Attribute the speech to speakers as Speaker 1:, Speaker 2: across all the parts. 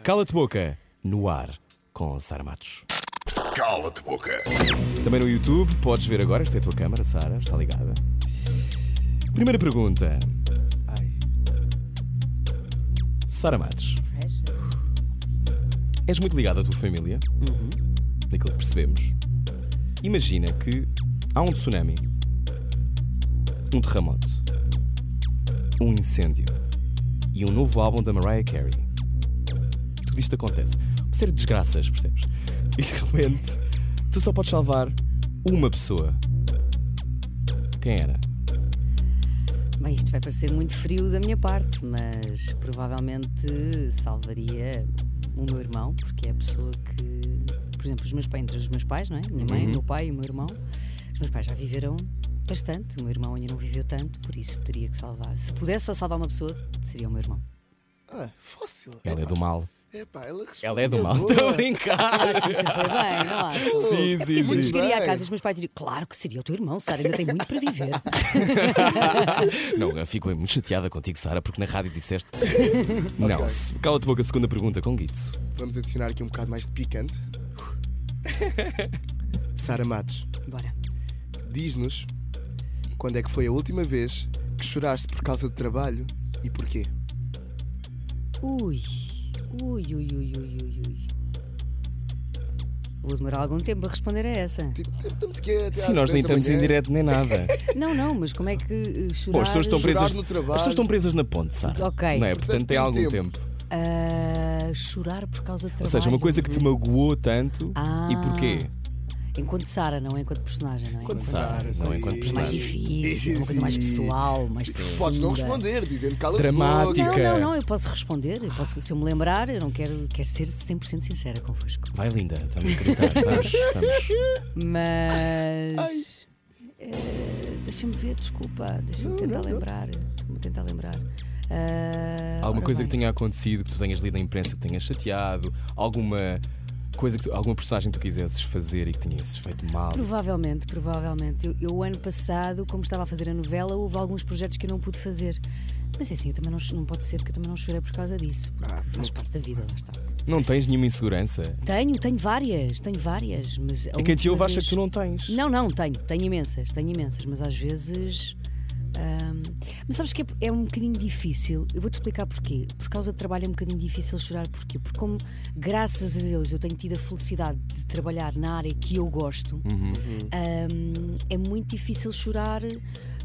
Speaker 1: Cala-te boca no ar com Sara Matos.
Speaker 2: Cala-te boca.
Speaker 1: Também no YouTube, podes ver agora. Esta é a tua câmara, Sara, está ligada. Primeira pergunta. Sara Matos, és muito ligada à tua família, daquilo que percebemos. Imagina que há um tsunami, um terremoto, um incêndio e um novo álbum da Mariah Carey. Tudo isto acontece. Uma série de desgraças, percebes? E de repente, tu só podes salvar uma pessoa. Quem era?
Speaker 3: Bem, isto vai parecer muito frio da minha parte, mas provavelmente salvaria o meu irmão, porque é a pessoa que, por exemplo, os meus pais, entre os meus pais, não é? Minha mãe, meu pai e o meu irmão, os meus pais já viveram bastante, o meu irmão ainda não viveu tanto, por isso teria que salvar. Se pudesse só salvar uma pessoa, seria o meu irmão.
Speaker 4: Ah, fácil.
Speaker 1: Ela é
Speaker 4: Epá,
Speaker 1: do mal.
Speaker 4: Epá, ela responde.
Speaker 1: Ela é do mal.
Speaker 4: boa.
Speaker 1: Estou a brincar.
Speaker 3: Isso foi bem, não é?
Speaker 1: Sim,
Speaker 3: Quer
Speaker 1: sim,
Speaker 3: dizer, eu
Speaker 1: sim.
Speaker 3: chegaria à
Speaker 4: bem.
Speaker 3: casa e os meus pais diriam: Claro que seria o teu irmão, Sara, ainda tem muito para viver.
Speaker 1: Não, eu fico muito chateada contigo, Sara, porque na rádio disseste. Não, se- cala-te boca, segunda pergunta com Guito.
Speaker 4: Vamos adicionar aqui um bocado mais de picante. Sara Matos,
Speaker 3: Bora.
Speaker 4: diz-nos quando é que foi a última vez que choraste por causa de trabalho e porquê?
Speaker 3: Ui, ui, ui, ui, ui, ui, ui. Vou demorar algum tempo a responder a essa.
Speaker 4: Tipo, Estamos aqui até
Speaker 1: Sim,
Speaker 4: às
Speaker 1: nós nem
Speaker 4: 10 da
Speaker 1: estamos em
Speaker 4: manhã.
Speaker 1: direto nem nada.
Speaker 3: Não, não, mas como é que eh, chorar...
Speaker 1: Bom, as pessoas estão
Speaker 4: Chorar
Speaker 1: presas.
Speaker 4: no
Speaker 1: As
Speaker 4: trabalho.
Speaker 1: pessoas estão presas na ponte, Sara.
Speaker 3: Ok.
Speaker 1: Não é? Portanto, tem
Speaker 4: tem
Speaker 1: algum tempo.
Speaker 4: tempo.
Speaker 3: Ah, chorar por causa de
Speaker 1: Ou
Speaker 3: trabalho.
Speaker 1: seja, uma coisa que te magoou tanto.
Speaker 3: Ah.
Speaker 1: E porquê?
Speaker 3: Enquanto Sara, não é enquanto personagem, não é?
Speaker 1: Enquanto
Speaker 3: Enquanto
Speaker 1: Sara,
Speaker 4: Sara,
Speaker 1: não é
Speaker 4: sim.
Speaker 1: enquanto
Speaker 3: Mais
Speaker 1: personagem.
Speaker 3: difícil, uma coisa mais pessoal, mais profunda.
Speaker 4: Podes não responder, dizendo cala
Speaker 1: Dramática.
Speaker 3: Não, não, não, eu posso responder. Eu posso, se eu me lembrar, eu não quero, quero ser 100% sincera convosco.
Speaker 1: Vai, linda, estamos a gritar. Vamos, vamos.
Speaker 3: Mas. eh, deixa-me ver, desculpa. Deixa-me tentar lembrar. Estou-me a tentar lembrar. Ah,
Speaker 1: Alguma
Speaker 3: ora
Speaker 1: coisa
Speaker 3: bem.
Speaker 1: que tenha acontecido, que tu tenhas lido na imprensa, que tenhas chateado, alguma coisa que tu, alguma personagem que tu quisesses fazer e que tinhas feito mal.
Speaker 3: Provavelmente, provavelmente. Eu, eu, ano passado, como estava a fazer a novela, houve alguns projetos que eu não pude fazer. Mas é assim, eu também não, ch- não pode ser, porque eu também não chorei por causa disso. Porque faz parte da vida, lá está.
Speaker 1: Não tens nenhuma insegurança.
Speaker 3: Tenho, tenho várias, tenho várias. Mas
Speaker 1: E quem te ouve acha que tu não tens.
Speaker 3: Não, não, tenho, tenho imensas, tenho imensas, mas às vezes. hum, mas sabes que é, é um bocadinho difícil, eu vou-te explicar porquê. Por causa de trabalho é um bocadinho difícil chorar, porquê? Porque, como, graças a Deus, eu tenho tido a felicidade de trabalhar na área que eu gosto, hum, é muito difícil chorar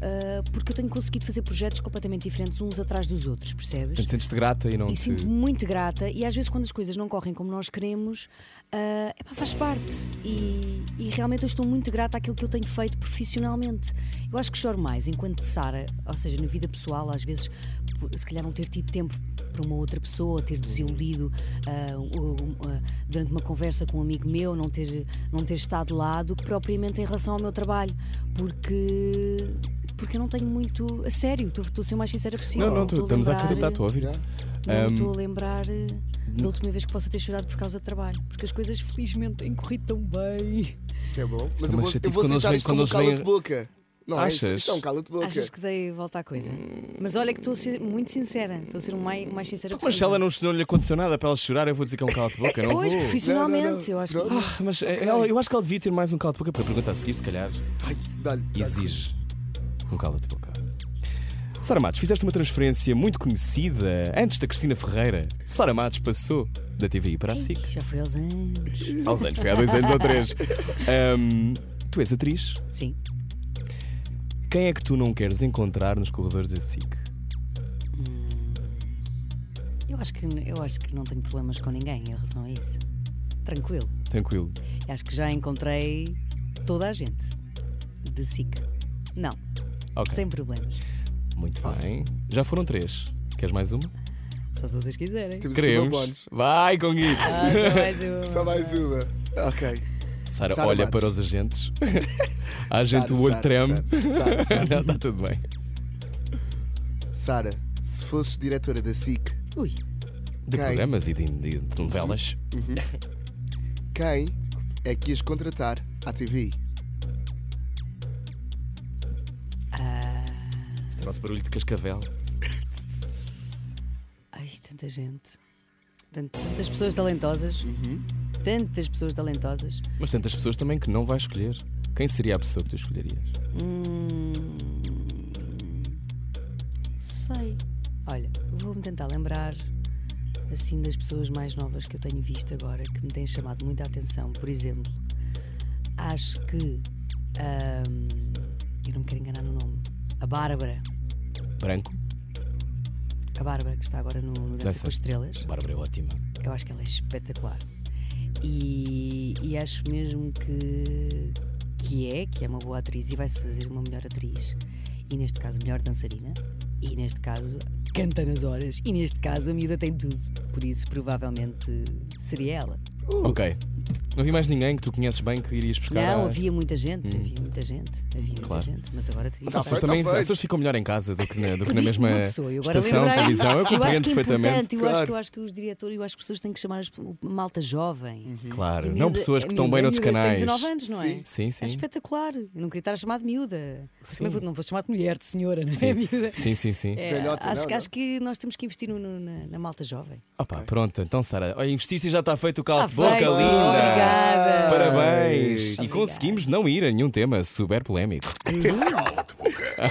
Speaker 3: ah, porque eu tenho conseguido fazer projetos completamente diferentes uns atrás dos outros, percebes?
Speaker 1: Portanto, sentes-te grata e não
Speaker 3: E
Speaker 1: te.
Speaker 3: sinto-me muito grata, e às vezes, quando as coisas não correm como nós queremos, ah, epá, faz parte. E, e realmente eu estou muito grata àquilo que eu tenho feito profissionalmente. Eu acho que choro mais enquanto Sara, ou seja, na vida pessoal, às vezes, por- se calhar não ter tido tempo para uma outra pessoa, ter desiludido ah, ou, ah, durante uma conversa com um amigo meu, não ter, não ter estado lá, do que propriamente em relação ao meu trabalho, porque. Porque eu não tenho muito. A sério, estou estou a ser o mais sincera possível.
Speaker 1: Não, não, tu-
Speaker 3: Estou
Speaker 1: estamos a
Speaker 3: lembrar-
Speaker 1: acreditar, estou a ouvir-te.
Speaker 3: não estou a lembrar eh,
Speaker 1: Hum.
Speaker 3: da última vez que possa ter chorado por causa de trabalho, porque as coisas felizmente têm corrido tão bem.
Speaker 4: Isso é bom. Mas
Speaker 1: é
Speaker 4: eu
Speaker 1: uma
Speaker 4: vou, eu
Speaker 1: chatice
Speaker 4: vou
Speaker 1: quando eles
Speaker 4: aceitar
Speaker 1: vêm-
Speaker 4: isto
Speaker 1: quando
Speaker 4: como um
Speaker 1: eles vêm-
Speaker 4: cala-te-boca. Não é? Isto-
Speaker 1: Achas?
Speaker 4: Isto é um cala-te-boca.
Speaker 3: Achas que dei volta à coisa?
Speaker 1: Hum.
Speaker 3: Mas olha que estou a ser muito sincera, estou a ser o mais, o mais sincera
Speaker 1: Então, Mas se
Speaker 3: possível.
Speaker 1: ela não, não lhe aconteceu nada para ela chorar, eu vou dizer que é um calo de boca, não
Speaker 3: Pois,
Speaker 1: vou.
Speaker 3: profissionalmente,
Speaker 4: Não, não, não.
Speaker 3: eu acho que.
Speaker 4: Não.
Speaker 1: Ah, mas eh, ela- eu acho que ela devia ter mais um calo de boca para perguntar a seguir, se calhar.
Speaker 4: Ai, dá-lhe. dá-lhe.
Speaker 1: exige um cala de boca. Sara Matos, fizeste uma transferência muito conhecida antes da Cristina Ferreira. Sara Matos passou da TVI para a SIC.
Speaker 3: Já foi aos anos.
Speaker 1: Aos anos, foi há dois anos ou três. Ahm, tu és atriz.
Speaker 3: Sim.
Speaker 1: Quem é que tu não queres encontrar nos corredores da SIC?
Speaker 3: Eu acho, que, eu acho que não tenho problemas com ninguém em relação a isso. Tranquilo.
Speaker 1: Tranquilo.
Speaker 3: Eu acho que já encontrei toda a gente de SIC. Não,
Speaker 1: Ok.
Speaker 3: sem problemas.
Speaker 1: Muito bem. Já foram três. Queres mais uma?
Speaker 3: Só se vocês quiserem.
Speaker 4: Temos aqui um bónus.
Speaker 1: Queremos. Vai, com Guito.
Speaker 3: Ah, só mais uma.
Speaker 4: Só mais uma. Ok.
Speaker 1: Sara
Speaker 4: Sara
Speaker 1: olha
Speaker 4: Matos.
Speaker 1: para os agentes. A gente o olho
Speaker 4: Sara,
Speaker 1: treme.
Speaker 4: Sara, Sara, Sara.
Speaker 1: Não, está tudo bem.
Speaker 4: Sara, se fosses diretora da SIC,
Speaker 3: Ui.
Speaker 1: De
Speaker 4: Quem?
Speaker 1: programas e de, de- de novelas.
Speaker 4: quem é que ias contratar à TV?
Speaker 3: Ah,
Speaker 1: Este é o nosso barulho de cascavel.
Speaker 3: Ai, tanta gente. Tant- Tantas pessoas talentosas. Tantas pessoas talentosas.
Speaker 1: Mas tantas pessoas também que não vai escolher. Quem seria a pessoa que tu escolherias?
Speaker 3: Hum, Sei. Olha, vou-me tentar lembrar assim das pessoas mais novas que eu tenho visto agora que me têm chamado muita atenção. Por exemplo, acho que. ahm, eu não me quero enganar no nome. A Bárbara.
Speaker 1: Branco?
Speaker 3: A Bárbara que está agora no, no Dança,
Speaker 1: Dança.
Speaker 3: com as Estrelas.
Speaker 1: Bárbara é ótima.
Speaker 3: Eu acho que ela é espetacular. E, e acho mesmo que, que é, que é uma boa atriz e vai-se fazer uma melhor atriz. E neste caso, melhor dançarina. E neste caso, canta nas horas. E neste caso, a miúda tem tudo. Por isso, provavelmente seria ela.
Speaker 4: Uh.
Speaker 1: Ok. Não vi mais ninguém que tu conheces bem que irias buscar.
Speaker 3: Não,
Speaker 1: à-
Speaker 3: havia muita gente, havia muita gente, havia muita
Speaker 1: é. Claro.
Speaker 3: gente. Mas agora teria.
Speaker 1: Mas há pessoas
Speaker 4: feito,
Speaker 1: também
Speaker 4: tá feito.
Speaker 1: as pessoas ficam melhor em casa do que na, do que na
Speaker 3: Pediste-me
Speaker 1: mesma
Speaker 3: uma pessoa, eu agora
Speaker 1: estação de
Speaker 3: lembrei.
Speaker 1: televisão. Eu
Speaker 3: eu acho
Speaker 1: compreendo
Speaker 3: que é
Speaker 1: perfeitamente.
Speaker 3: importante, eu, acho
Speaker 4: Claro.
Speaker 3: que, eu acho que os diretores, eu acho que as pessoas têm que chamar as- malta jovem.
Speaker 1: Claro,
Speaker 3: A
Speaker 1: não
Speaker 3: É miúda-
Speaker 1: pessoas
Speaker 3: a
Speaker 1: que estão
Speaker 3: miúda-
Speaker 1: bem
Speaker 3: a
Speaker 1: noutros
Speaker 3: miúda
Speaker 1: canais.
Speaker 3: Tem 19 anos, não é?
Speaker 4: Sim.
Speaker 1: Sim, sim.
Speaker 3: É espetacular. Eu não queria estar a chamar de miúda.
Speaker 1: Sim.
Speaker 3: Também vou- não vou chamar de mulher, de senhora, não é?
Speaker 1: Sim.
Speaker 3: Miúda.
Speaker 1: Sim, sim, sim.
Speaker 3: É,
Speaker 4: Velhota,
Speaker 3: acho,
Speaker 4: não,
Speaker 3: que-
Speaker 4: não.
Speaker 3: acho que nós temos que investir no- no- na, na malta jovem.
Speaker 1: Opa, pronto, então Sara, olha, investiste e já está feito o
Speaker 3: Ah,
Speaker 1: calo de boca,
Speaker 3: bem,
Speaker 1: linda!
Speaker 3: Obrigada.
Speaker 1: Parabéns! E
Speaker 3: Obrigada.
Speaker 1: conseguimos não ir a nenhum tema super polémico.
Speaker 2: Cala-te boca.